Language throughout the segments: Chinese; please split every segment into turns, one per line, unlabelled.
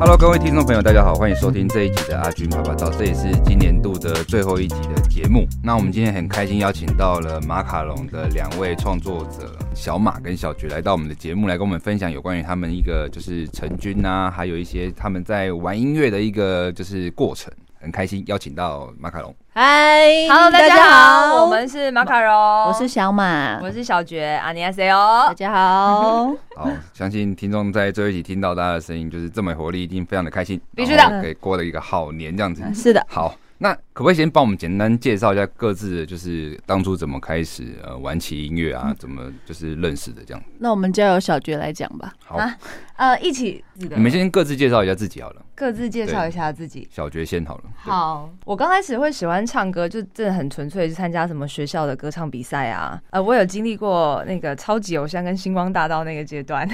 Hello，各位听众朋友，大家好，欢迎收听这一集的阿军啪啪照，这也是今年度的最后一集的节目。那我们今天很开心邀请到了马卡龙的两位创作者小马跟小菊来到我们的节目，来跟我们分享有关于他们一个就是成军啊，还有一些他们在玩音乐的一个就是过程。很开心邀请到马卡龙，
嗨
Hello，
大
大家好，
我
我们是马卡龙，
我是小马，
我是小觉，阿尼亚塞
大
哦，
家好，
好，相信听众在最后一集听到大家的声音，就是这么活力，一定非常的开心，
必须的
然后给过了一个好年这样子。
是的，
好，那可不可以先帮我们简单介绍一下各自就是当初怎么开始呃玩起音乐啊，怎么就是认识的这样？
那我们就由小爵来讲吧。
好，
啊呃，一起
你们先各自介绍一下自己好了，
各自介绍一下自己。
小觉先好了。对，
好，我刚开始会喜欢唱歌，就真的很纯粹，去参加什么学校的歌唱比赛啊。呃，我有经历过那个超级偶像跟星光大道那个阶段，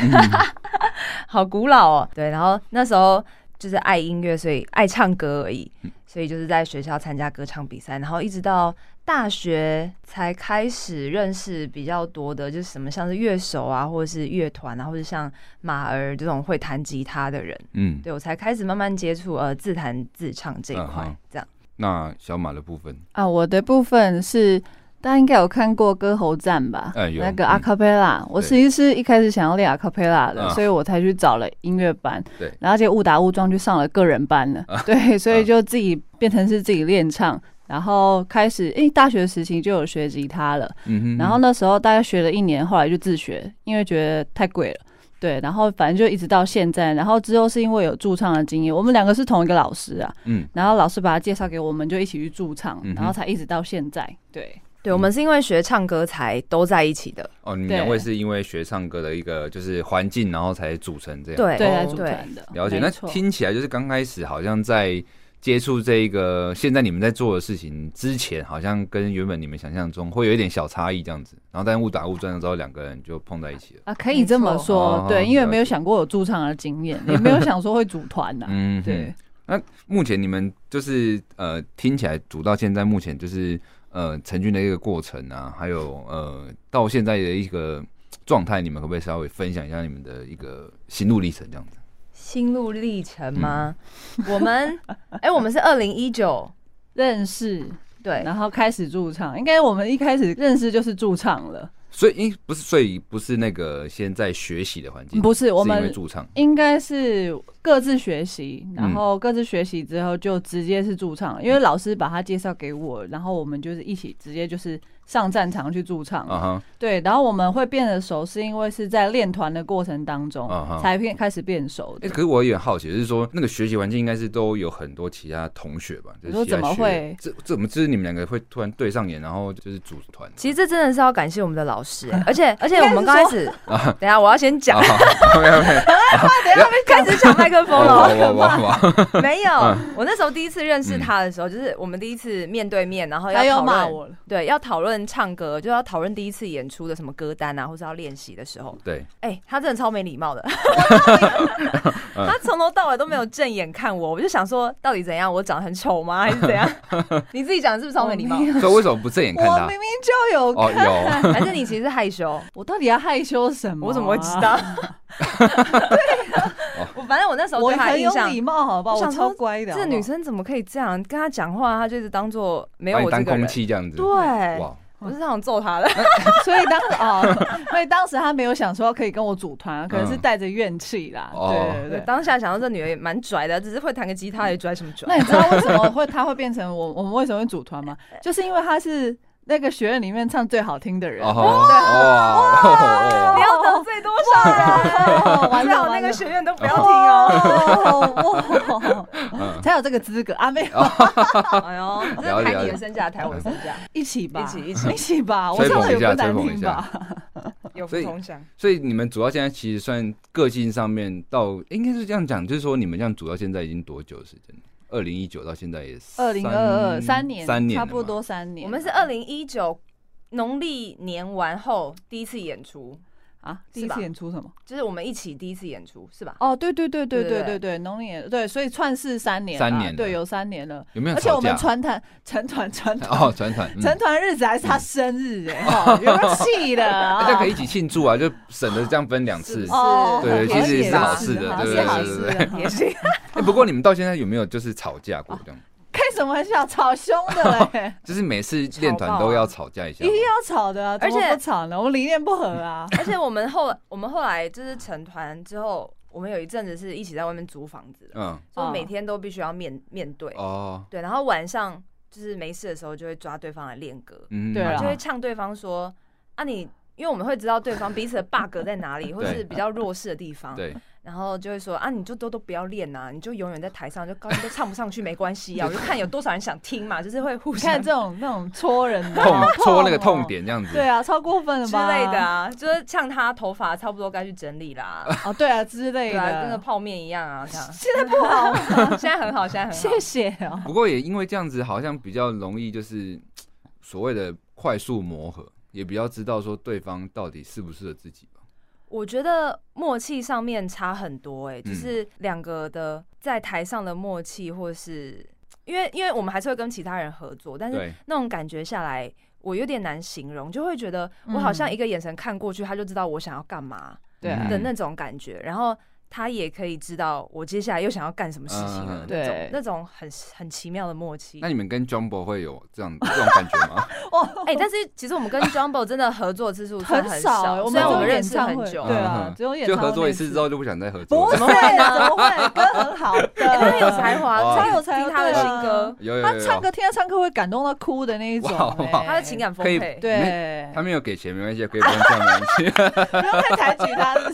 好古老哦。对，然后那时候就是爱音乐，所以爱唱歌而已，所以就是在学校参加歌唱比赛，然后一直到大学才开始认识比较多的，就是什么像是乐手啊，或者是乐团啊，或者像马儿这种会弹吉他的人。
嗯，
对我才开始慢慢接触呃自弹自唱这一
嗯
块，
好
这样
那小马的部分，
啊，我的部分是大家应该有看过《歌喉战》吧？
哎有
那个
嗯
阿卡贝拉，我其实是一开始想要练阿卡贝拉的，
嗯
所以我才去找了音乐班，
对啊
然后就误打误撞去上了个人班了，对，所以就自己变成是自己练唱。然后开始，诶，大学时期就有学吉他了，
嗯哼
然后那时候大概学了一年，后来就自学，因为觉得太贵了。对，然后反正就一直到现在，然后之后是因为有驻唱的经验，我们两个是同一个老师啊，
嗯
然后老师把他介绍给我们，就一起去驻唱
嗯哼，
然后才一直到现在。对，
嗯
对，我们是因为学唱歌才都在一起的，
哦，你们
对
两位是因为学唱歌的一个就是环境，然后才组成这样。
对
对，
哦
来组团的。
哎了解，
没
那
错
听起来就是刚开始好像在接触这一个现在你们在做的事情之前，好像跟原本你们想象中会有一点小差异这样子，然后但误打误撞之后，两个人就碰在一起了。
啊，可以这么
没错
说
哦，
对，因为没
了
有
解
想过有驻唱的经验，也没有想说会组团呐。
嗯，
对。，
那目前你们就是呃，听起来读到现在，目前就是呃，成军的一个过程啊，还有呃，到现在的一个状态，你们可不可以稍微分享一下你们的一个心路历程这样子？
心路历程
嗯
吗？我们哎、我们是二零一九，
认识，
对
然后开始驻唱，应该我们一开始认识就是驻唱了，
所以，因不是，所以不是那个现在学习的环境，
不是我
因为
们
驻唱。
应该是各自学习，
嗯
然后各自学习之后就直接是驻唱，因为老师把他介绍给我，然后我们就是一起直接就是上战场去驻唱。
啊哈，
对，然后我们会变得熟，是因为是在练团的过程当中、
啊哈
才变开始变熟
哎、
的。
可是我有点好奇，就是说那个学习环境应该是都有很多其他同学吧？就
你
是
说
其他
怎么
学
会
这这怎么就是你们两个会突然对上眼，然后就是组 团？
其实这真的是要感谢我们的老师、 哎而且而且我们刚开始，等一下我要先讲，
啊 ，OK OK，
开始抢麦克风
哇
了。
哇哇！
没有，
嗯
我那时候第一次认识他的时候，就是我们第一次面对面，然后
他
哎要
又
讨
骂
论，
我了，
对，要讨论唱歌，就要讨论第一次演出的什么歌单啊，或是要练习的时候，
对，
哎、他真的超没 礼貌的，
嗯
他从头到尾都没有正眼看我，我就想说，到底怎样？我长得很丑吗？还是 怎样？你自己讲是不是超没礼貌
我？ 没有
所以为什么不正眼看
我
他
明？明就有看，
哦，有，
还是你其实 害羞？
我到底要害羞什么、啊
我怎么会知？道？对
哦
啊，我反正我那时候
我
对他的
很有
印象
礼，貌，好不好？
我
我
想说
超乖的好不
这
好
女生怎么可以这样跟他讲话？他就是当做没有
把你
我这
当
个
空
人。
气这样子。
对，
哇，
我是想揍他的。
所以当时哦， 所以当时他没有想说可以跟我组团，啊可能是带着怨气啦。
嗯哦
对对对。
当下想到这女的也蛮拽的，只是会弹个吉他也拽什么 拽？
那你知道为什么会他会变成我我们为什么会组团 吗？就是因为他是那个学院里面唱最好听的人。
哦哇，
你
哦
要得罪多少人？
哦
最好那个学院都不要听哦。
哦，哇， 才有这个资格啊！没有，
哦
哎呦，这
了解了
是抬你
解
的身价，抬我的身 价，
一起吧，
一起一起
一起吧，我
吹捧
唱的有
一下
不
吹
难
捧一
听
下
吧？
有
所
福
以
同享。
所以你们组到现在其实算个性上面到，应该是这样讲，就是说你们这样组到现在已经多久的时间？二零一九到现在也
二零二二三年，
三年
差不多。三年。
我们是二零一九农历年完后第一次演出，
啊，第
是
一
吧
次演出什么？
就是我们一起第一次演出 是吧？
哦，对对对对
对
对对对，农年对，所以串是三年啦，啊
三年了
对，有三年了。
有没有
而且我
吵
们
架？
传团成团传团
哦，传团，嗯
成团日子还是他生日 哎，哦有没有气的？
大家可以
以
一起庆祝啊，就省得这样分两次
是。
哦，
对
好像
其实
也
是好事的
好像
对
是
对
好
对
事
对
的，好
也是
哎不过你们到现在有没有就是吵架过 这样？
开什么玩笑，吵凶 的嘞。
就是每次练团
吵爆啊
都要吵架一下
一
吗。
定要吵的啊，
而且
怎么不吵呢，我们理念不合啊。
而且我们后我们后来就是成团之后，我们有一阵子是一起在外面租房子的，
嗯，
所以每天都必须要面面对。
哦，
对，然后晚上就是没事的时候就会抓对方来练歌，
嗯，
对
就
啊
会呛对方说：“啊你，因为我们会知道对方彼此的 bug 在哪里，或是比较弱势的地方，
对，
然后就会说啊，你就都都不要练啊呐、你就永远在台上就高音都唱不上去没关系啊，我就看有多少人想听嘛， 就是会互
你
相
看这种那种戳人的，
啊痛
好哦
戳那个痛，点这样子
对。啊，超过分了
之
吧
类的啊，就是像他头发差不多该去整理啦，
哦，对啊之类
对啊，跟个
的。
泡面一样啊，这样
现在不好，
现在很好，现在很好
谢。谢哦。
不过也因为这样子，好像比较容易就是所谓的快速磨合，也比较知道说对方到底适不适合自己吧。
我觉得默契上面差很多
嗯
哎、就是两个的在台上的默契，或是因为因为我们还是会跟其他人合作，但是
对，
那种感觉下来，我有点难形容，就会觉得
嗯
我好像一个眼神看过去，他就知道我想要干嘛
对啊
嗯
的那种感觉，然后他也可以知道我接下来又想要干什么事情了
嗯，
那种
对
那种很很奇妙的默契
那。你们跟 Jumbo 会有这 样这种感觉吗？
哎、但是其实我们跟 Jumbo 真的合作次数真的
很
少，
少，我
虽
们
然
只
我
有
们认
演
识
唱
很
会，
久，
对啊
嗯，
只有演
就
唱会
合作一
那
次之后就不想再合作
不
了。
是怎么会？歌很好 的，
他哎有才华，
哇
他
超
有
有才华
听他的
对啊
新歌，
有有
他
有有
唱歌听他唱歌会感动到哭的那一种
哇哇，
哎
他的情感丰
可以
沛。
对
他，没有给钱没关系，可以不用这样 没关系。
不用再抬举他。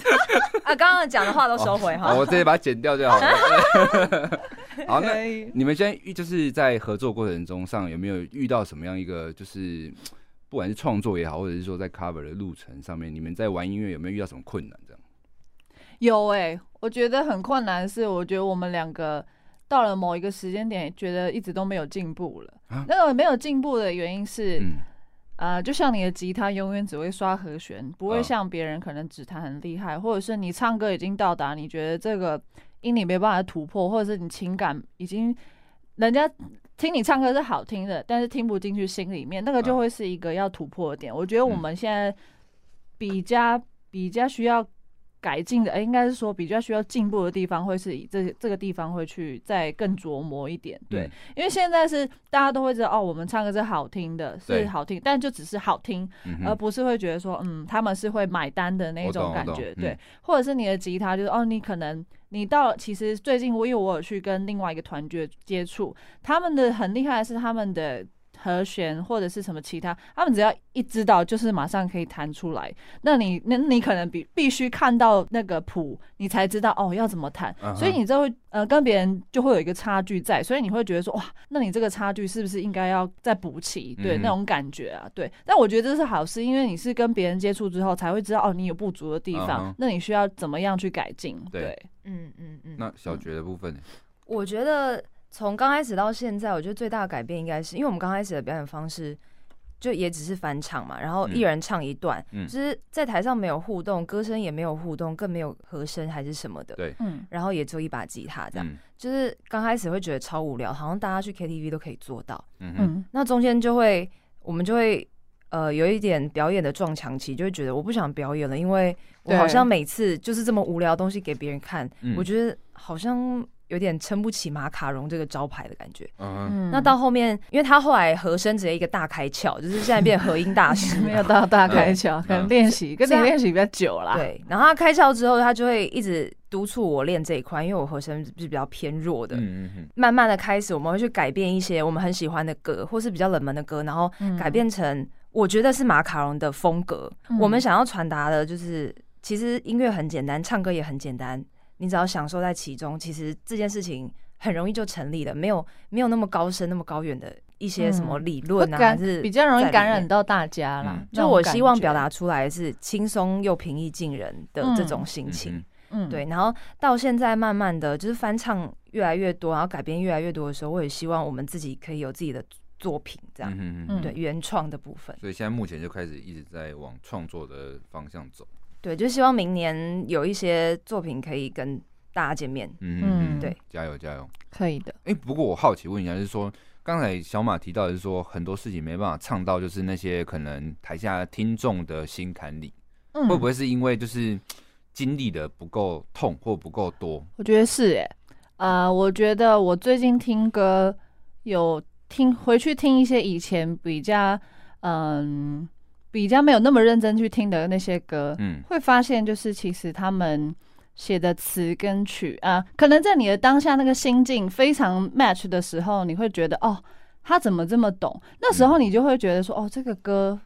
啊，刚刚讲的话都收回哈
好，。我直接把它剪掉就好 了。 好，那
可以
你们现在遇就是在合作过程中上有没有遇到什么样一个就是？不管是创作也好，或者是说在 cover 的路程上面，你们在玩音乐有没有遇到什么困难？这样，
有哎、我觉得很困难的是，我觉得我们两个到了某一个时间点，觉得一直都没有进步了。
啊
那个没有进步的原因是，
嗯，
呃，就像你的吉他永远只会刷和弦，不
嗯
会像别人可能指弹很厉害，或者是你唱歌已经到达你觉得这个音你没办法突破，或者是你情感已经人家。听你唱歌是好听的，但是听不进去心里面，那个
嗯
就会是一个要突破的点。我觉得我
嗯
们现在比较比较需要改进的，呃应该是说比较需要进步的地方，会是以这这个地方会去再更琢磨一点。对，
嗯，
因为现在是大家都会知道哦，我们唱歌是好听的，
对
是好听，但就只是好听，
嗯
而
呃
哼，
不是会觉得说，嗯，他们是会买单的那
我懂
种
我
感
懂
觉，
嗯
对，或者是你的吉他，就是哦，你可能你到其实最近我因为我有去跟另外一个团接接触，他们的很厉害的是他们的。和弦或者是什么其他，他们只要一知道，就是马上可以弹出来。那你那你可能必必须看到那个谱，你才知道哦要怎么弹。
嗯哼
所以你就会呃跟别人就会有一个差距在，所以你会觉得说哇，那你这个差距是不是应该要再补齐？对，
嗯
那种感觉啊，对。但我觉得这是好事，因为你是跟别人接触之后才会知道哦，你有不足的地方
嗯哼
那你需要怎么样去改进？
对
对
嗯嗯嗯。
那小觉的部分呢，
我觉得从刚开始到现在，我觉得最大的改变应该是，因为我们刚开始的表演方式就也只是翻唱嘛，然后
嗯
一人唱一段，
嗯
就是在台上没有互动，歌声也没有互动，更没有和声还是什么的
对。
嗯，
然后也只有一把吉他，这样、
嗯
就是刚开始会觉得超无聊，好像大家去 KTV 都可以做到。
嗯哼，
嗯
那中间就会，我们就会呃有一点表演的撞墙期，就会觉得我不想表演了，因为我
对
好像每次就是这么无聊的东西给别人看，
嗯
我觉得好像有点撑不起马卡龙这个招牌的感觉。
嗯
嗯，。
那到后面，因为他后来和声直接一个大开窍，就是现在变合音大 师
没有到大开窍，
嗯
可能练习跟你
这样
练习比较久啦。
啊对，然后他开窍之后，他就会一直督促我练这一块，因为我和声是比较偏弱的。
嗯嗯
慢慢的开始，我们会去改变一些我们很喜欢的歌，或是比较冷门的歌，然后
嗯，
改变成我觉得是马卡龙的风格。
嗯
我们想要传达的就是，其实音乐很简单，唱歌也很简单，你只要享受在其中，其实这件事情很容易就成立了，没有没有那么高深、那么高远的一些什么理
会
论啊，还
感
是
嗯比较容易感
在里
染
面
到大家啦
嗯。
那
就
种
我
感
希望
觉
表达，出来的是轻松又平易近人的这种心
嗯
情。
嗯
嗯，
对，然后到现在慢慢的就是翻唱越来越多，然后改编越来越多的时候，我也希望我们自己可以有自己的作品，这样、
嗯嗯嗯
嗯
对原创的部分。
所以现在目前就开始一直在往创作的方向走。
对，就希望明年有一些作品可以跟大家见面。
嗯，
嗯
对，
加油加油！
可以的。
哎、不过我好奇问一下，就是说刚才小马提到的是说很多事情没办法唱到，就是那些可能台下听众的心坎里，
嗯
会不会是因为就是经历的不够痛或不够多？
我觉得是诶、呃，我觉得我最近听歌有听回去听一些以前比较嗯比较没有那么认真去听的那些歌，
嗯
会发现就是其实他们写的词跟曲啊、呃可能在你的当下那个心境非常 match 的时候，你会觉得哦，他怎么这么懂？那时候你就会觉得说，哦，这个歌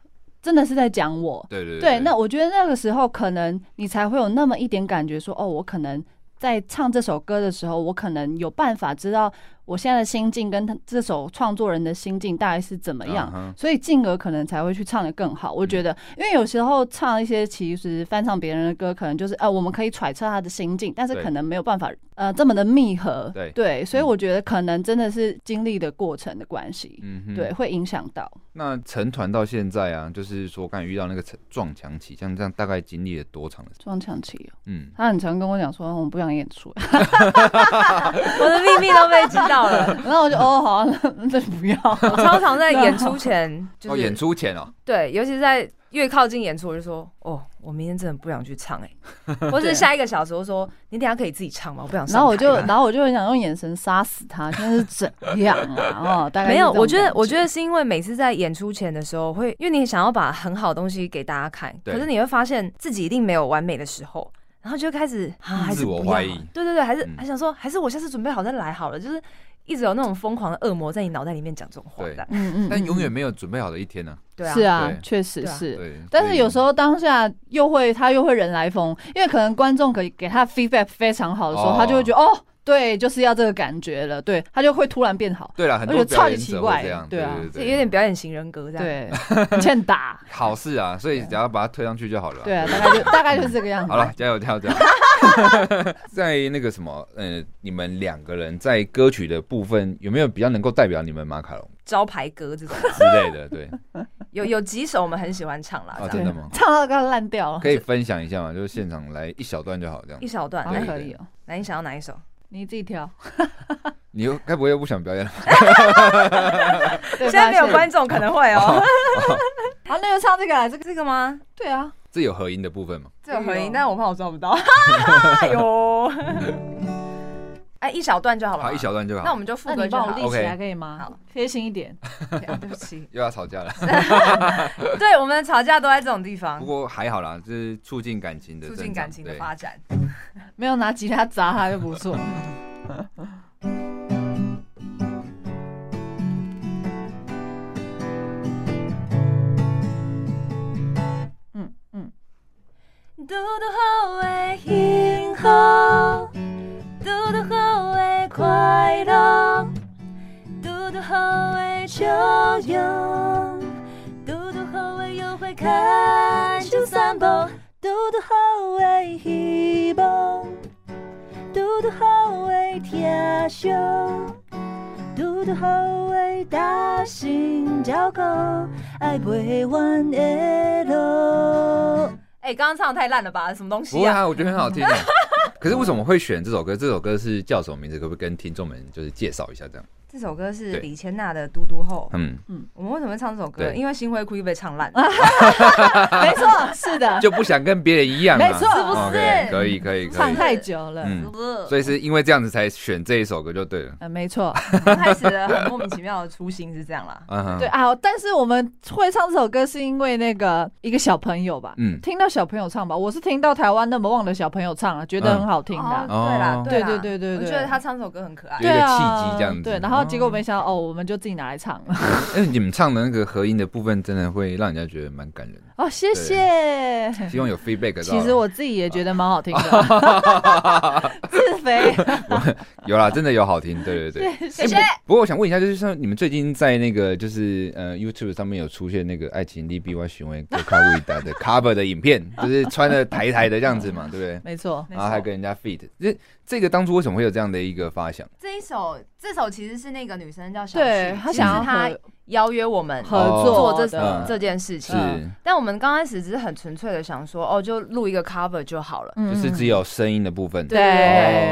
真的是在讲我，
对对
对，那我觉得那个时候可能你才会有那么一点感觉说哦，我可能在唱这首歌的时候，我可能有办法知道我现在的心境跟他这首创作人的心境大概是怎么样。
嗯哼嗯
所以进而可能才会去唱的更好，我觉得，因为有时候唱一些其实翻唱别人的歌，可能就是呃，我们可以揣测他的心境，但是
对
可能没有办法呃这么的密合，
对
所以我觉得可能真的是经历的过程的关系，
嗯哼
对，。会影响到。
那成团到现在啊，就是说刚才遇到那个成撞墙期，像这样大概经历了多长的时间？
撞墙期，
嗯，
哦他很常跟我讲说，哦我不想演出，
我的秘密都被知道了。
然后我就哦好、啊，那那就不要。
我超常在演出前，就
哦，
是、
演出前哦，
对，尤其是在越靠近演出，我就说哦，我明天真的不想去唱哎、或是下一个小时我说你等一下可以自己唱吗？我不想上台。
然后我就，然后我就很想用眼神杀死他，现在是怎样啊？哦，大概
没
是这
有，
种
我觉得
感
我觉得是因为每次在演出前的时候会，因为你想要把很好的东西给大家看，
对
可是你会发现自己一定没有完美的时候。然后就开始啊，还
自
是
我
不要
怀
好
疑
对对对，还是
嗯
还想说，还是我下次准备好再来好了。就是一直有那种疯狂的恶魔在你脑袋里面讲这种话
对，
这样
嗯嗯，
但
嗯
永远没有准备好的一天呢、
对啊，
是啊
对，
确实
对啊
是。
对，
但是有时
候
候当下又会他又会人来疯，因为可能观众可以给他 feedback 非常好的时候，
哦
他就会觉得哦，对，就是要这个感觉了，对他就会突然变好，
对了，很
我
多
觉得超
表
级
演
奇
者
怪
会这样，
对啊
对
这
对，
有点表演型人格这样。
对，欠打，
好事啊，所以只要把它推上去就好了啊、
对啊，大概就大概就是这个样 子。
好了，加油加油加油！ 在那个什么，呃，你们两个人在歌曲的部分有没有比较能够代表你们马卡龙
招牌歌这种，
之类的？ 对，
有有几首我们很喜欢唱啦，
啊
这
真的
样
吗
唱到刚烂掉了，
可以分享一下吗？就是现场来一小段就好，这样
一。小段。
好
那
像
对
可以哦，
那你想要哪一首？
你自己挑。
你又该不会又不想表演了吧？
现
现在没有观众可能会哦。
好，啊那就唱这个啦，这个
这个吗？
对啊，
这有合音的部分吗？
这有回
有
音，但我怕我抓不到。哎 呦，哎，一小段就好了嘛。
好，一小段就
那我
好。
们就副
那
歌
你
就
帮
好
我
了
立。起来
OK
可以吗？
好，
贴心一点。
啊对不起，
又要吵架了，
啊对，我们的吵架都在这种地方
不，过还好啦，这是促进感情的
促
增长，
进感情的
对
发展。
没有拿吉他砸他就不错。 嗯嗯，
嘟嘟好的幸福，嘟嘟好的快乐，嘟嘟好的笑容，嘟嘟好的约会牵手散步，嘟嘟好的希望，嘟嘟好的疼惜，嘟嘟好的担心照顾，爱陪阮的路。哎、刚刚唱的太烂了吧？什么东
不
西
会
啊？
啊，我觉得很好 听啊。可是为什么会选这首歌？这首歌是叫什么名字？可不可以跟听众们就是介绍一下这样？
这首歌是
对
李千娜的《嘟嘟后》。
嗯，
我们为什么会唱这首歌？
对
因为心灰哭又被唱烂，
没错，是 的，
就不想跟别人一样啊，
没错是不是
OK，可以可以可
唱
以。
太久 了。
嗯所以是因为这样子才选这一首歌就对了。
呃，没错，
开始的很莫名其妙的初心是这样啦。
嗯哼，
对，啊，但是我们会唱这首歌是因为那个一个小朋友吧，
嗯
听到小朋友唱吧，我是听到台湾那么旺的小朋友唱啊，觉得很好听的啊，
对啦，
哦
对啦
对对对对对
我觉得他唱这首歌很可爱
有。一个契机这样子
啊
嗯
对，然后结果没想到哦，我们就自己拿来唱了。
因哎为你们唱的那个合音的部分，真的会让人家觉得蛮感人 的。
哦，谢谢。
希望有 feedback 到。
其实我自己也觉得蛮好听的， 自肥。
有啦，真的有好听，对对对。
谢谢
哎。不过我想问一下，就是像你们最近在那个就是呃 YouTube 上面有出现那个《爱情利 B Y 询问 g o k a w i d a 的 cover 的影片，就是穿的台台的这样子嘛，对不对？
没错，
没
然
错
后还跟人家 fit，这这个当初为什么会有这样的一个发想？
这一首这首其实是那个女生叫小
对
旭
她
其实
想要
她
合
邀约我们
合
做
作
这
的
嗯
这件事情
是，，
但我们刚开始只是很纯粹的想说，哦，就录一个 cover 就好了。
嗯
就是只有声音的部分。
对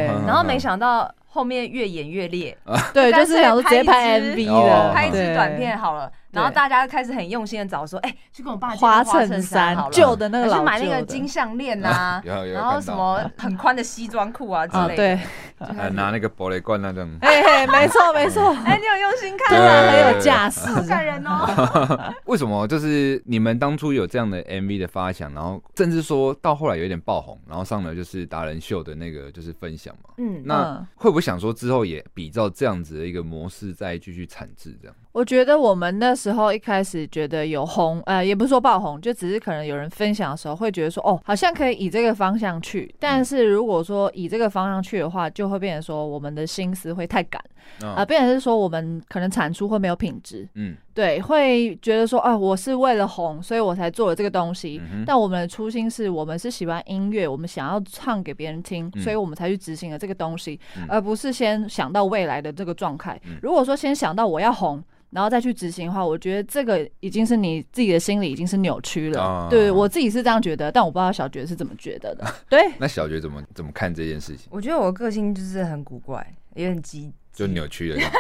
哦嗯
然后没想到后面越演越烈，
对，
干
就是想说直接
脆拍
拍
一支
MV
哦
的，
拍一支
对
短片啊好了。
对
然后大家开始很用心的找说，哎，去跟我爸借那
花
个花
衬
衬
衫
好了，
旧的那个
还
老
去买那
旧
个
的
金项链呐，
有啊有有
啊然后
看
什
到
么很宽的西装裤啊之
啊，
类的。
对，
就开
呃
始
拿那个玻璃罐那种。
哎嘿，没错没错，
哎，你有用心看
对
啊，
很有架势，
好感人哦。
为什么就是你们当初有这样的 MV 的发想，然后甚至说到后来有点爆红，然后上了就是达人秀的那个就是分享嘛？
嗯，
那
嗯
会不会想说之后也比照这样子的一个模式再继续产制这样？
我觉得我们那时候一开始觉得有红，呃，也不是说爆红，就只是可能有人分享的时候会觉得说，哦，好像可以以这个方向去。但是如果说以这个方向去的话，就会变成说我们的心思会太赶啊、呃
啊，
变成是说我们可能产出会没有品质，
嗯，
对，会觉得说，啊，我是为了红，所以我才做了这个东西。
嗯哼
但我们的初心是我们是喜欢音乐，我们想要唱给别人听，
嗯
所以我们才去执行了这个东西，
嗯
而不是先想到未来的这个状态。
嗯
如果说先想到我要红。然后再去执行的话，我觉得这个已经是你自己的心理已经是扭曲了。
啊
对我自己是这样觉得，但我不知道小觉是怎么觉 得的。对，
那小觉怎么怎么看这件事情？
我觉得我个性就是很古怪，也很激
就扭曲了这样，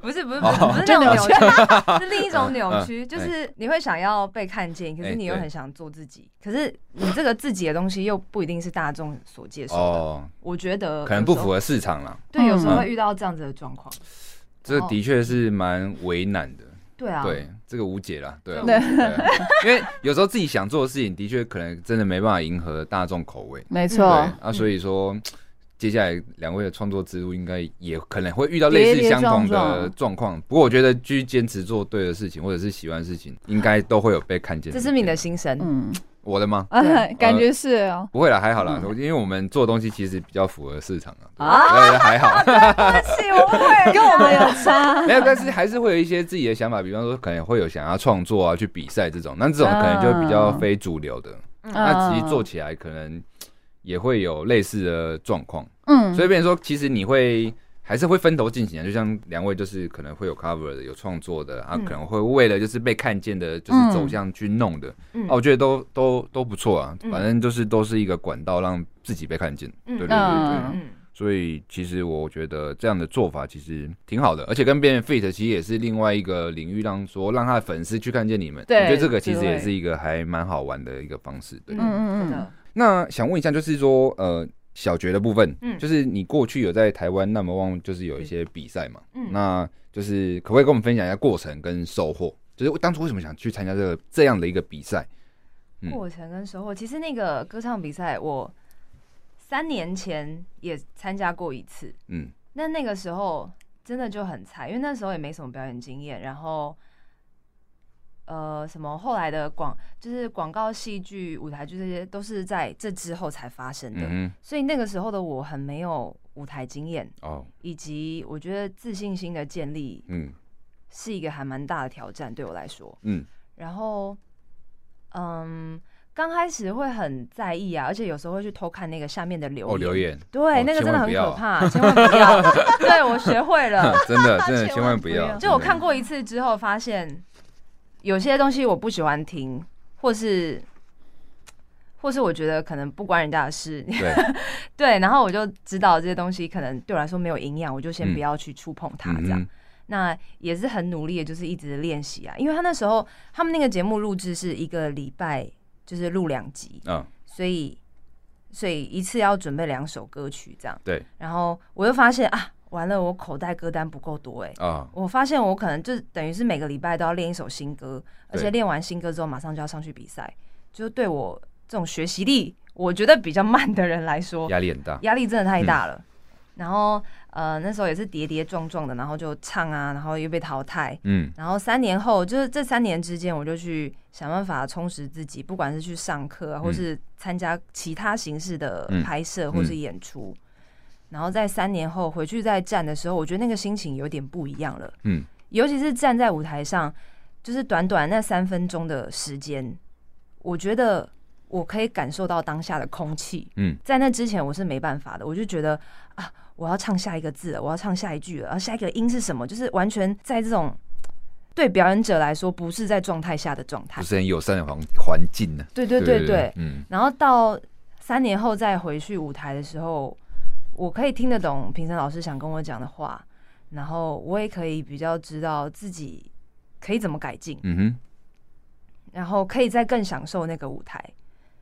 不是不是不
哦
是不是那
就
种
扭
扭 曲，是另一种扭
嗯
曲，
嗯
就是你会想要被看见，可
哎
是你又
对
很想做自己，可是你这个自己的东西又不一定是大众所接受的。
哦，
我觉得
可能不
有时
符
候，
合市场啦。
对，有时候
嗯
会遇到这样子的状况。
这
哦
的确是蛮为难的，
对啊，
对，这个无解啦，对啊，
对
对啊 因为有时候自己想做的事情，的确可能真的没办法迎合大众口味。
没
对
错，
啊，所以说。接下来两位的创作之路应该也可能会遇到类似相同的状况，不过我觉得继续坚持做对的事情，或者是喜欢的事情，应该都会有被看见。
这是你的，心声。
嗯，
我的吗？
啊， 感觉是哦。
不会啦，还好啦，因为我们做东西其实比较符合市场嗯 啊，
啊
对所以还好。
对不起，我误会啊了，
跟我们有差，
没有，但是还是会有一些自己的想法，比方说可能会有想要创作啊，去比赛这种，那这种可能就比较非主流的，
嗯
那自己做起来可能也会有类似的状况，
嗯，
所以变成说，其实你会。还是会分头进行啊，就像两位就是可能会有 cover 的，有创作的啊，
嗯
可能会为了就是被看见的，就是走向去弄的，
嗯
啊，我觉得都都都不错啊，
嗯
反正就是都是一个管道让自己被看见，
嗯
对对对对。
嗯
嗯，
所以其实我觉得这样的做法其实挺好的，而且跟别人 fit 其实也是另外一个领域，让说让他的粉丝去看见你们。
对
我觉得这个其实
对
也是一个还蛮好玩的一个方式。对，
嗯嗯嗯
真的
那想问一下，就是说呃。小觉的部分，
嗯
就是你过去有在台湾那么旺，就是有一些比赛嘛，
嗯
那就是可不可以跟我们分享一下过程跟收获？就是当初为什么想去参加这个这样的一个比赛？嗯
过程跟收获，其实那个歌唱比赛，我三年前也参加过一次，
嗯，
那那个时候真的就很菜，因为那时候也没什么表演经验，然后呃，什么后来的广就是广告、戏剧、舞台剧这些都是在这之后才发生的，
嗯
所以那个时候的我很没有舞台经验，
哼，哦，
以及我觉得自信心的建立
嗯
是一个还蛮大的挑战对我来说。
嗯
然后，嗯，刚开始会很在意啊，而且有时候会去偷看那个下面的留言，
哦，留言，
对，
哦
那个真的很
千万
可
不
怕，千万不 要。对我学会了，
啊真 的真的
千万
千万
不
不要
要，
就我看过一次之后，发现有些东西我不喜欢听，或是或是我觉得可能不关人家的事，
对，
对，然后我就知道这些东西可能对我来说没有营养，我就先
嗯
不要去触碰它，
嗯
这样。
哼
那也是很努力的，就是一直练习啊，因为他那时候他们那个节目录制是一个礼拜，就是录两集，
嗯，
所以所以一次要准备两首歌曲这样。
对
然后我又发现啊，完了，我口袋歌单不够多哎、
啊，
我发现我可能就是等于是每个礼拜都要练一首新歌，而
对
且练完新歌之后马上就要上去比赛，就对我这种学习力我觉得比较慢的人来说，
压力很大。
哦压力真的太大了。然后呃那时候也是跌跌撞撞的，然后就唱啊，然后又被淘汰，
嗯
然后三年后，就是这三年之间，我就去想办法充实自己，不管是去上课啊，或是参加其他形式的
嗯
拍摄或是演出。然后在三年后回去再站的时候，我觉得那个心情有点不一样了。
嗯，
尤其是站在舞台上，就是短短那三分钟的时间，我觉得我可以感受到当下的空气。
嗯，
在那之前我是没办法的，我就觉得啊，我要唱下一个字了，我要唱下一句了，然后啊下一个音是什么，就是完全在这种对表演者来说不是在状态下的状态
不。是很友善的环环境呢、
对对对对，
嗯，
然后到三年后再回去舞台的时候，我可以听得懂评审老师想跟我讲的话，然后我也可以比较知道自己可以怎么改进，
嗯哼，
然后可以再更享受那个舞台。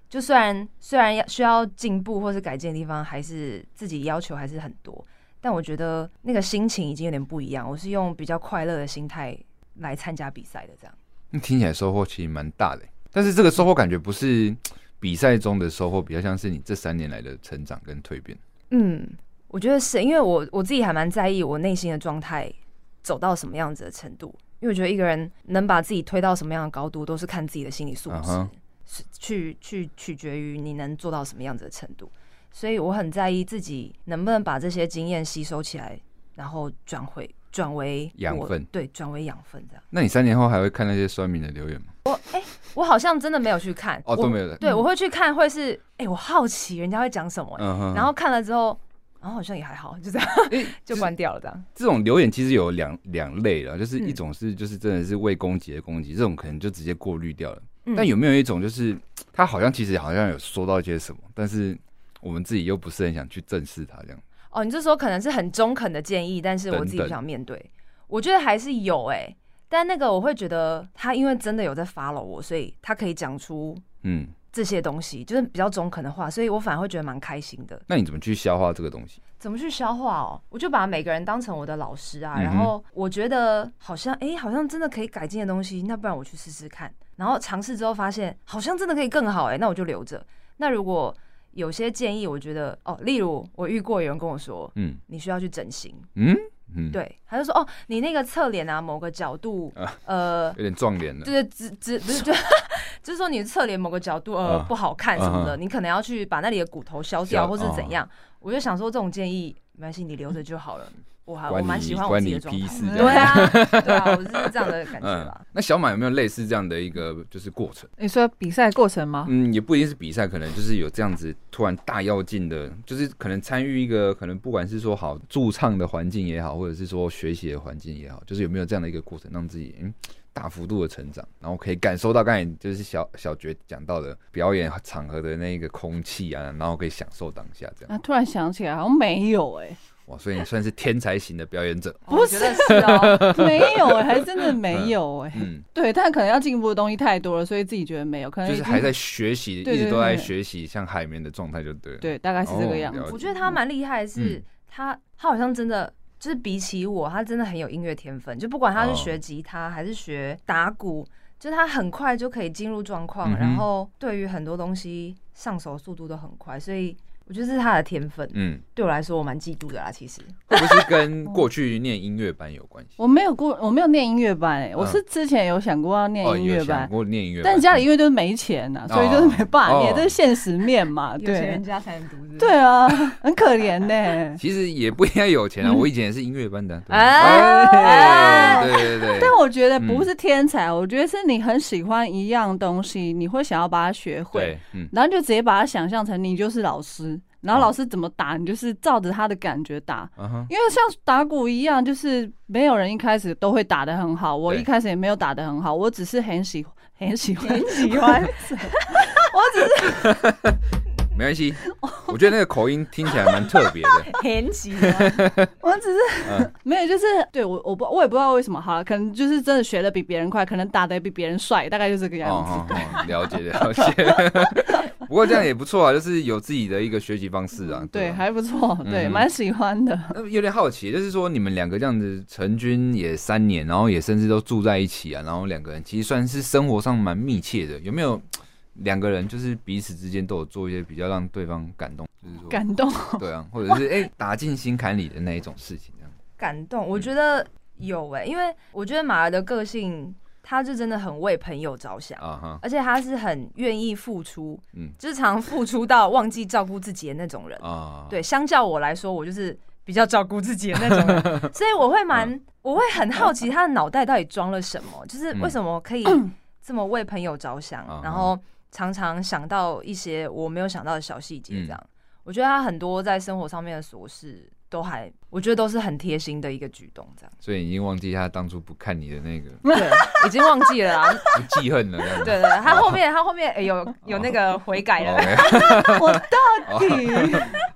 就虽然虽然要需要进步或是改进的地方，还是自己要求还是很多，但我觉得那个心情已经有点不一样。我是用比较快乐的心态来参加比赛的，这样。
那听起来收获其实蛮大的，欸但是这个收获感觉不是比赛中的收获，比较像是你这三年来的成长跟蜕变。
嗯，我觉得是因为我我自己还蛮在意我内心的状态走到什么样子的程度，因为我觉得一个人能把自己推到什么样的高度，都是看自己的心理素
嗯
质
哼
是去去取决于你能做到什么样子的程度。所以我很在意自己能不能把这些经验吸收起来，然后转回转为我
养分
对，转为养分这样。
那你三年后还会看那些酸民的留言吗？
我好像真的没有去看，
哦，
我
都没有了。
对，我会去看，会是哎、我好奇人家会讲什么、
嗯哼，
然后看了之后，然后好像也还好，就这样
诶
就关掉了这样。
这种留言其实有两两类了，就是
嗯
一种是就是真的是未攻击的攻击，这种可能就直接过滤掉了。
嗯
但有没有一种就是他好像其实好像有说到一些什么，但是我们自己又不是很想去正视他这样。
哦，你就说可能是很中肯的建议，但是我自己
等等
不想面对。我觉得还是有哎、但那个我会觉得他因为真的有在 follow 我，所以他可以讲出
嗯，
这些东西，就是比较中肯的话，所以我反而会觉得蛮开心的。
那你怎么去消化这个东西？
怎么去消化哦？我就把每个人当成我的老师啊，
嗯哼
然后我觉得好像哎、好像真的可以改进的东西，那不然我去试试看。然后尝试之后发现好像真的可以更好哎、那我就留着。那如果有些建议，我觉得哦，例如我遇过有人跟我说
嗯
你需要去整形，
嗯嗯，，
对，他就说哦，你那个侧脸啊，某个角度，呃，
有点撞脸了
就。是只只 不是就就是说你侧脸某个角度呃、
啊
不好看什么的，
啊
你可能要去把那里的骨头削
削
掉或是
啊
怎样。我就想说这种建议没关系，你留着就好了。我还我
关
蛮
你
喜欢我
关
自己
你
的状
屁
态，
事这
对
样。
啊，对啊，我是这样的感觉啦。，
嗯那小马有没有类似这样的一个就是过程？
你说比赛过程吗？
嗯，也不一定是比赛，可能就是有这样子突然大跃进的，就是可能参与一个可能不管是说好驻唱的环境也好，或者是说学习的环境也好，就是有没有这样的一个过程，让自己嗯大幅度的成长，然后可以感受到刚才就是小小觉讲到的表演场合的那个空气啊，然后可以享受当下这样。
啊，突然想起来，好像没有哎、
哇，所以你算是天才型的表演者，
哦我觉得是哦，
没有哎、还真的没有哎、
嗯，
对，但可能要进步的东西太多了，所以自己觉得没有，可能
就
已
是
经
还在学习，一
对
直
对
都在
对
学习，像海绵的状态就对了。
对，大概是这个样子。
哦了解
我觉得他蛮厉害的是，
嗯
他他好像真的。就是比起我，他真的很有音乐天分。就不管他
哦
是学吉他还是学打鼓，就他很快就可以进入状况，
嗯哼
然后对于很多东西上手速度都很快，所以我觉得这是他的天分。
嗯，
对我来说，我蛮嫉妒的啦。其实，
会不会是跟
哦
过去念音乐班有关系？
我没有过，我没有念音乐班哎、我是之前有想过要念
嗯哦，
音
你有
乐
想
班，
过念音乐班，嗯
但家里因为就是没钱呐、
哦
所以就是没办法念，
哦
这是现实面嘛，
有钱
对
人。家才能读是不是
对啊，很可怜 呢、
其实也不应该有钱啊，
嗯
我以前也是音乐班的。
啊
对
哎
哎对对对，
但我觉得
嗯
不是天才，我觉得是你很喜欢一样东西，你会想要把它学会，
对，嗯，
然后就直接把它想象成你就是老师，然后
哦
老师怎么打，你就是照着他的感觉打。
嗯哼，
因为像打鼓一样，就是没有人一开始都会打得很好，我
对
一开始也没有打得很好，我只是很喜很喜欢，
很喜欢
没关系，我觉得那个口音听起来蛮特 别的。
很喜欢，
我只是、
嗯
没有，就是对我我不我也不知道为什么，好了，可能就是真的学的比别人快，可能打的比别人帅，大概就这个样子。
哦哦哦，了解了解。 不过这样也不错啊，就是有自己的一个学习方式啊。
对，
啊
还不错，对，
嗯
蛮喜欢的。
那呃有点好奇，就是说你们两个这样子成军也三年，然后也甚至都住在一起啊，然后两个人其实算是生活上蛮密切的，有没有？两个人就是彼此之间都有做一些比较让对方感动，就是说
感动，
对啊，或者是哎、打进心坎里的那一种事情，这样。
感动。我觉得有哎、因为我觉得马儿的个性，他就真的很为朋友着想。
啊哈，
而且他是很愿意付出，
嗯
就是常付出到忘记照顾自己的那种人。
啊，
对，相较我来说，我就是比较照顾自己的那种人，所以我会蛮，我会很好奇他的脑袋到底装了什么，就是为什么可以这么为朋友着想，
嗯
然后常常想到一些我没有想到的小细节，这样。我觉得他很多在生活上面的琐事，都还我觉得都是很贴心的一个举动，这样。
所以你已经忘记他当初不看你的那个
对，已经忘记了啦。
记恨了，这样子。
对对，他后面他后面、哎有有那个悔改了。
OK，
我到底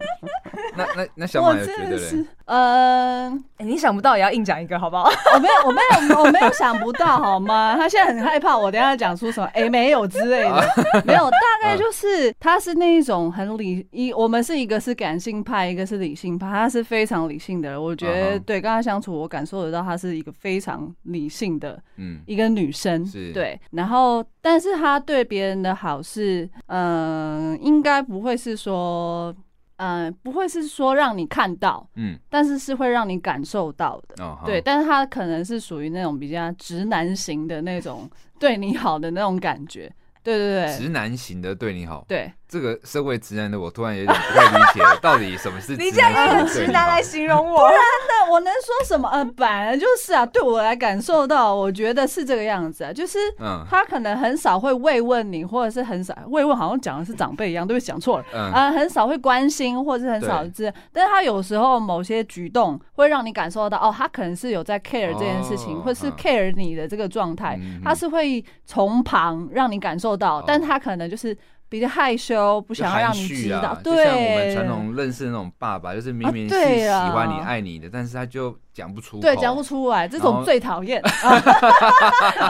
那那那小
我
马有觉
真
得
的
嘞
是，嗯、
哎你想不到也要硬讲一个，好不好？
我没有，我没有，我没有想不到好吗？他现在很害怕，我等一下讲出什么哎、没有之类的， 没有，大概就是他是那一种很理一，我们是一个是感性派，一个是理性派，他是非常理性的人。我觉得、
嗯哼
对跟他相处，我感受得到他是一个非常理性的
嗯，
一个女生
是，
对。然后，但是他对别人的好是，嗯、应该不会是说，嗯、不会是说让你看到，
嗯，
但是是会让你感受到的。
哦，好
对，，但是他可能是属于那种比较直男型的 那种对你好的那种感觉，对对对
直男型的对你好，
对，
这个身为直男的我突然有点不太理解，到底什 么是
你
直
竟然
男型
用
的对
直
你
男
好
来？形容我，
那我能说什么？呃，本来就是啊，对我来感受到，我觉得是这个样子啊，就是
嗯
他可能很少会慰问你，或者是很少慰问，好像讲的是长辈一样，对不起，讲错了。
嗯，
啊、很少会关心，或者是很少
对
知，但是他有时候某些举动会让你感受到，哦，他可能是有在 care 这件事情，
哦
或是
嗯
care 你的这个状态，
嗯
他是会从旁让你感受到，
哦
但他可能就是比较害羞，不
不
想要让你知道，
就像我
对
们传，统认识的那种爸爸，就是明
啊
明是
对
喜
啊
欢你、爱你的，但是他就讲不出口，
对，讲不出来，这
哦
种最 讨厌，啊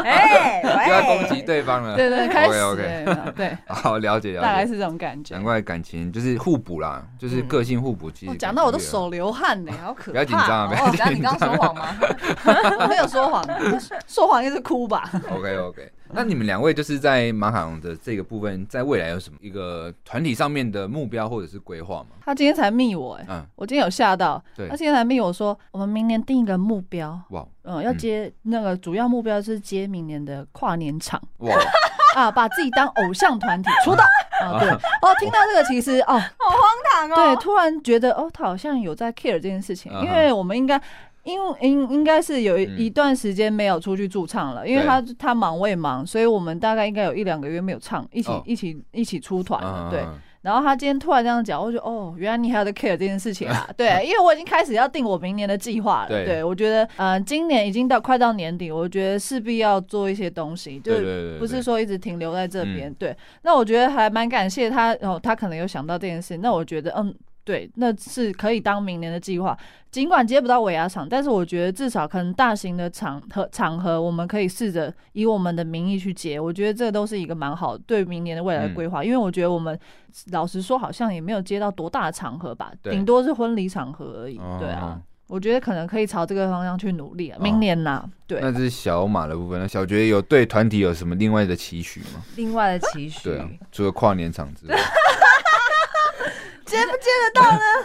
哎，
又要攻击
喂，
对方了。
对对，开始
OK，OK
了对，
好，了解了
哎大
解，
概是这种感觉
难。怪感情就是互补啦，就是个性互补。其
我
实
哦讲到我都
感觉
手流汗呢，好可
不要紧张啊
怕！
不
哦
要 紧张
等一下你刚刚说谎吗？
我 没有说谎， 说谎就是哭吧。
OK OK，那你们两位就是在马卡龙的这个部分，在未来有什么一个团体上面的目标或者是规划吗？
他今天才密我，哎，
嗯，
我今天有吓到，
对
他今天才密我说，我们明年定一个目标，
哇
嗯，要接那个主要目标是接明年的跨年场。
哇，
啊，把自己当偶像团体 出道啊，对。哦，听到这个其实哦，
荒唐
对，
哦，
突然觉得哦，他好像有在 care 这件事情，
嗯哼
因为我们应该。因为应应该是有
嗯
一一段时间没有出去驻唱了，因为
对
他他忙我也忙，所以我们大概应该有一两个月没有唱，一起、
哦
一起一起出团
嗯
了，对。然后他今天突然这样讲，我就觉得哦，原来你还有在 care 这件事情啊， 对，因为我已经开始要定我明年的计划了，
对
我觉得呃，今年已经到快到年底，我觉得势必要做一些东西，就
对对对对嗯
不是说一直停留在这边，对，那我觉得还蛮感谢他，哦，他可能有想到这件事，那我觉得嗯。对，那是可以当明年的计划。尽管接不到尾牙场，但是我觉得至少可能大型的场合场合，我们可以试着以我们的名义去接。我觉得这都是一个蛮好对明年的未来的规
嗯
划，因为我觉得我们老实说，好像也没有接到多大的场合吧，
对
顶多是婚礼场合而已。
哦
对啊，我觉得可能可以朝这个方向去努力啊，明年啦，对。
那这是小马的部分。那小觉有对团体有什么另外的期许吗？
另外的期
对啊
许，，
除了跨年场之 外，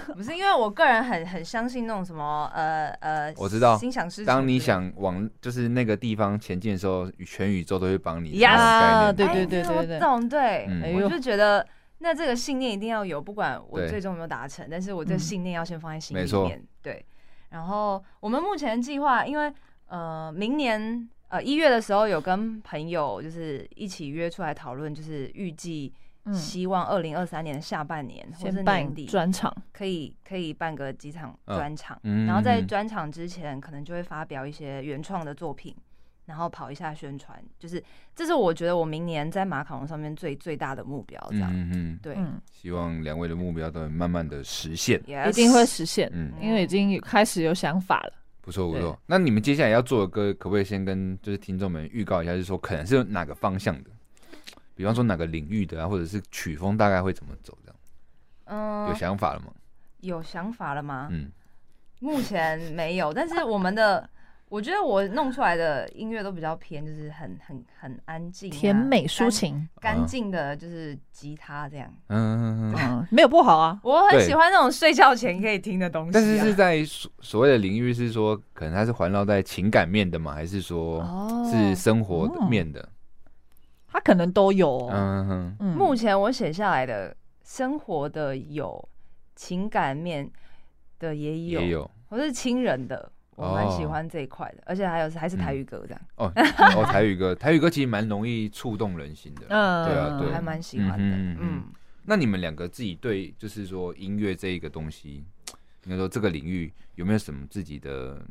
不是因为我个人很很相信那种什么呃呃，
我知道
心想事成。
当你想往就是那个地方前进的时候，全宇宙都会帮你。
Yes
那
啊
种概
对
念
对
哎
对对
我懂，对，
嗯
哎
我
呦
就，觉得那这个信念一定要有，不管我
对
最终有没有达成，但是我这
嗯
信念要先放在心
没
里
错
面。对，然后我们目前计划，因为呃，明年呃一月的时候有跟朋友就是一起约出来讨论，就是预计
嗯，
希望二零二三年下半年或是
先
年
办
底
专场，
可以可以办个几场
嗯
专场，
嗯
然后在专场之前可能就会发表一些原创的作品，然后跑一下宣传，就是这是我觉得我明年在马卡龙上面最最大的目标，这
嗯
样、
嗯嗯，
对，
嗯，
希望两位的目标都能慢慢的实现。
Yes
一定会实现，
嗯，
因为已经有开始有想法了。
不错不
对
错。那你们接下来要做的歌，可不可以先跟就是听众们预告一下，就是说可能是哪个方向的？比方说哪个领域的啊，或者是曲风大概会怎么走这样？
嗯
有想法了吗？
有想法了吗？
嗯，
目前没有，但是我们的。我觉得我弄出来的音乐都比较偏，就是很很很安静、啊、
甜美抒情，
干、
啊
干净的，就是吉他这样。
嗯，嗯嗯嗯
嗯，没有不好啊。
我很
对
喜欢那种睡觉前可以听的东西、啊。
但是是在所所谓的领域，是说可能它是环绕在情感面的吗？还是说
哦
是生活的
哦
面的？
他可能都有哦、
嗯哼，
嗯
目前我写下来的生活的有，情感面的也有，
也有
或是亲人的，我蛮喜
哦
欢这一块的，而且还有还是台
嗯
语歌这样，
哦哦，台语歌，台语歌其实蛮容易触动人心的。
嗯，
对啊对
我还蛮喜欢的，
嗯哼嗯哼
嗯。
那你们两个自己对，就是说音乐这一个东西，应该说这个领域有没有什么自己的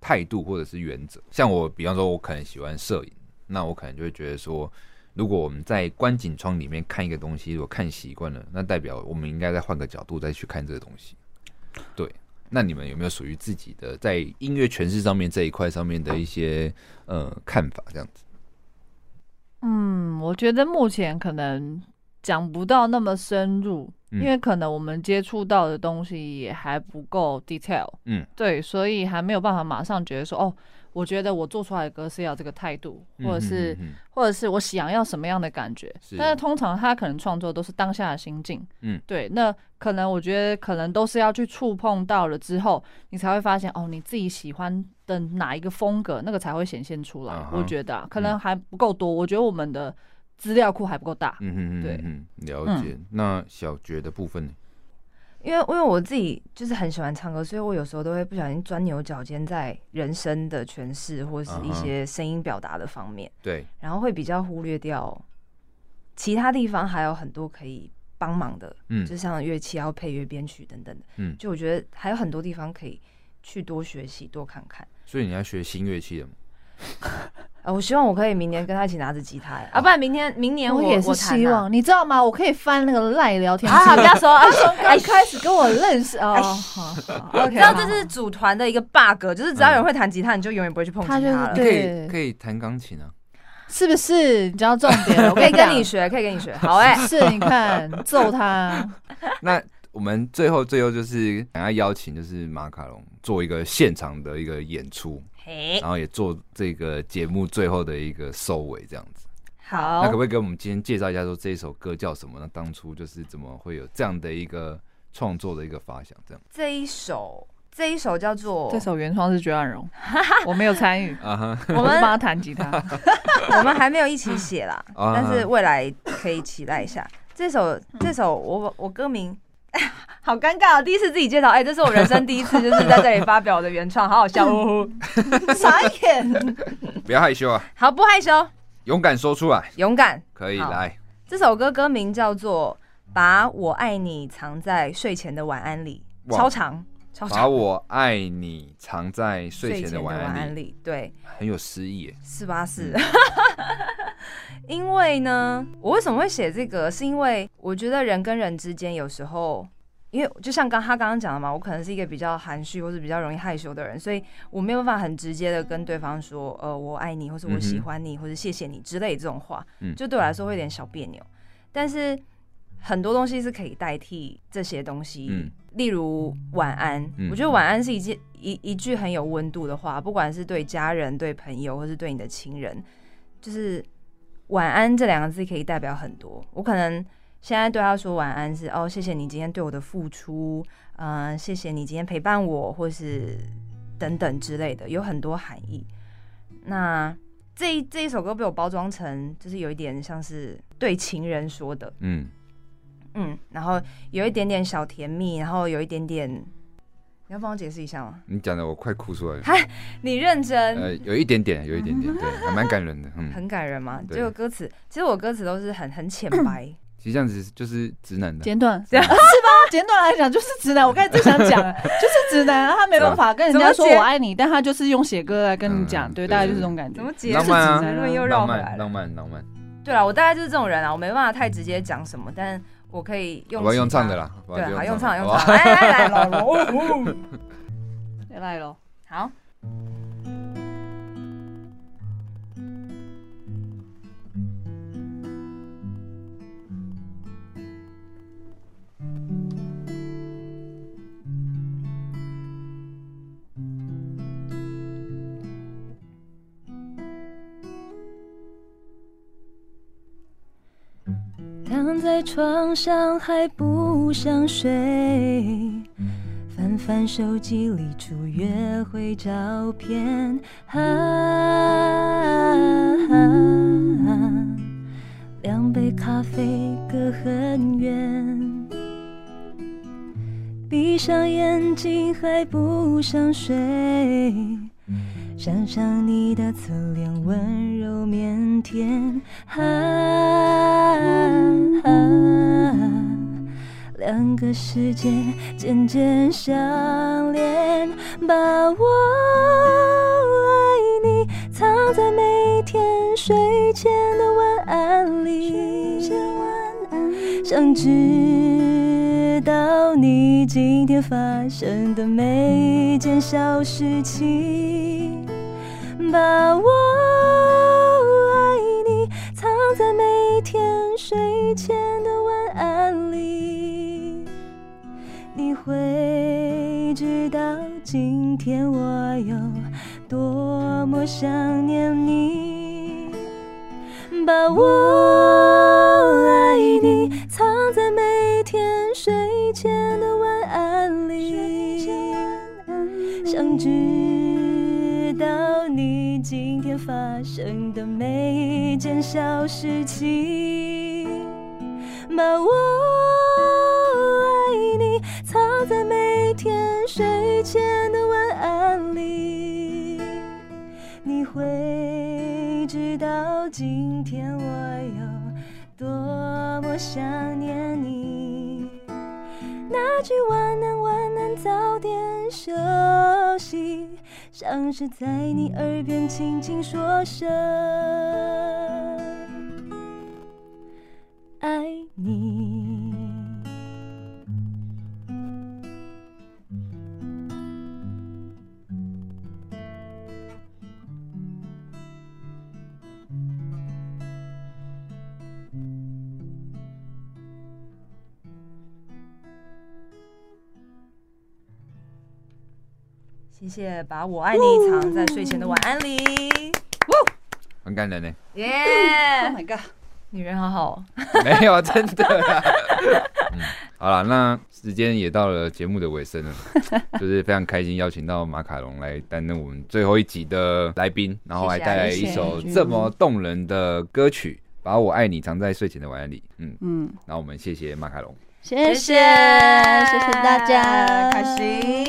态度或者是原则？像我，比方说，我可能喜欢摄影，那我可能就会觉得说，如果我们在观景窗里面看一个东西，如果看习惯了，那代表我们应该再换个角度再去看这个东西。对，那你们有没有属于自己的在音乐诠释上面这一块上面的一些呃看法？这样子，
嗯，我觉得目前可能讲不到那么深入，
嗯
因为可能我们接触到的东西也还不够 detail。
嗯，
对，所以还没有办法马上觉得说，哦，我觉得我做出来的歌是要这个态度，或者是、
嗯
或者是我想要什么样的感觉。
是
但是通常他可能创作都是当下的心境。
嗯，
对，那可能我觉得可能都是要去触碰到了之后，你才会发现哦，你自己喜欢的哪一个风格，那个才会显现出来。
嗯哼
我觉得、啊、可能还不够多，我觉得我们的资料库还不够大。
嗯哼嗯哼
对
嗯哼，了解。那小觉的部分呢？
因为因为我自己就是很喜欢唱歌，所以我有时候都会不小心钻牛角尖在人声的诠释或是
嗯
一些声音表达的方面，
对，
然后会比较忽略掉其他地方还有很多可以帮忙的，
嗯
就像乐器、还有配乐、编曲等等的。
嗯
就我觉得还有很多地方可以去多学习、多看看。
所以你要学新乐器了吗？
呃，我希望我可以明年跟他一起拿着吉他，
哦
啊，不然明天明年我
也是
我弹啊
希望，你知道吗？我可以翻那个赖聊天
啊，
记
不
录
要 说，啊，
刚开始跟我 认识哦，好好
你
，OK，
知道
好
这是组团的一个 bug，就是只要有
嗯
人会弹吉他，你就永远不会去碰吉他
他就是
了。
可以
对
可以弹钢琴啊。
是不是？你知道重点了，我
可以跟
讲
你 学，可以跟你学。好 哎、
是，你看揍他，
那我们最后最后就是想要邀请就是马卡龙做一个现场的一个演出，
嘿，
然后也做这个节目最后的一个收尾这样子。那
好
可不，可以给我们今天介绍一下说这一首歌叫什么？那当初就是怎么会有这样的一个创作的一个发想？这样
这一首，这一首叫做
这首原创是绝万荣，我没有参与，
啊哈
我
们
是帮他弹吉他。
我们还没有一起写啦，
啊嗯哈，
但是未来可以期待 一下。这首，这首我我歌名。 好尴尬、哦，第一次自己介绍，哎、这是我人生第一次，就是在这里发表我的原创，好好笑， 哦、傻眼，
不要害羞啊，
好不害羞，
勇敢说出来，
勇敢。
可以
好
来。
这首歌歌名叫做《把我爱你藏在睡前的晚安里》，
哇
超长，超
把
长，
我爱你藏在睡前的晚安里，
里，对，
很有诗意耶。
是吧？是。
嗯
因为呢，我为什么会写这个？是因为我觉得人跟人之间有时候，因为就像刚他刚刚讲的嘛，我可能是一个比较含蓄或是比较容易害羞的人，所以我没有办法很直接的跟对方说，呃，我爱你，或是
嗯
我
哼
喜欢你，或是谢谢你之类这种话
嗯，
就对我来说会有点小别扭。但是很多东西是可以代替这些东西，
嗯
例如晚安，
嗯
我觉得晚安是一件一一句很有温度的话，不管是对家人、对朋友，或是对你的亲人，就是晚安这两个字可以代表很多。我可能现在对他说晚安是哦，谢谢你今天对我的付出，嗯、谢谢你今天陪伴我，或是等等之类的，有很多含义。那这一这一首歌被我包装成，就是有一点像是对情人说的，
嗯，
嗯，然后有一点点小甜蜜，然后有一点点，你要帮我解释一下吗？
你讲的我快哭出来了。
你认真，
呃，有一点点，有一点点， 对，还蛮感人的。嗯，
很感人吗？
对
这个歌词，其实我歌词都是很很浅白，
其实这样子就是直男的，
简短 是
对
吧？简短来讲就是直男，我刚才正想讲，就是直男，啊他没办法跟人家
怎
说
么解
我爱你，但他就是用写歌来跟你讲，
嗯
对，
对
大概就是这种感觉
怎。么解
浪
释？
漫啊
结论又绕
浪
回
漫，
来了
浪。漫，浪漫。
对了，我大概就是这种人啊，我没办法太直接讲什么，但我可以用
好吧，用
其他
唱的，啦，好吧
对，啊
就
好用唱，
的
用
好吧
唱，来来来，老罗，哦
来喽，
好。
躺在床上还不想睡，翻翻手机里出约会照片，啊，两杯咖啡隔很远，闭
上眼睛还不想睡，想想你的侧脸温柔腼腆，啊，啊两个世界渐渐相连，把我爱你藏在每天睡前的晚安里。想知道你今天发生的每件小事情，把我爱你藏在每天睡前的晚安里。你会知道今天我有多么想念你，把我爱你藏在每天睡前的晚安里。想知道你今天发生的每一件小事情，把我爱你藏在每天睡前的晚安里。你会知道今天我有多么想念你。那句晚安晚安，早点休息，像是在你耳边轻轻说声爱你。
谢谢，把我爱你藏在睡前的晚安里。
很感人呢。
耶、
Oh my god！
女人好好哦，
没有，真的啦。嗯， 好了，那时间也到了节目的尾声了，就是非常开心邀请到马卡龙来担任我们最后一集的来宾，然后还带来一首这么动人的歌曲《把我爱你藏在睡前的晚安里》。嗯，
嗯，
那我们谢谢马卡龙。
谢谢谢谢大家，
开心。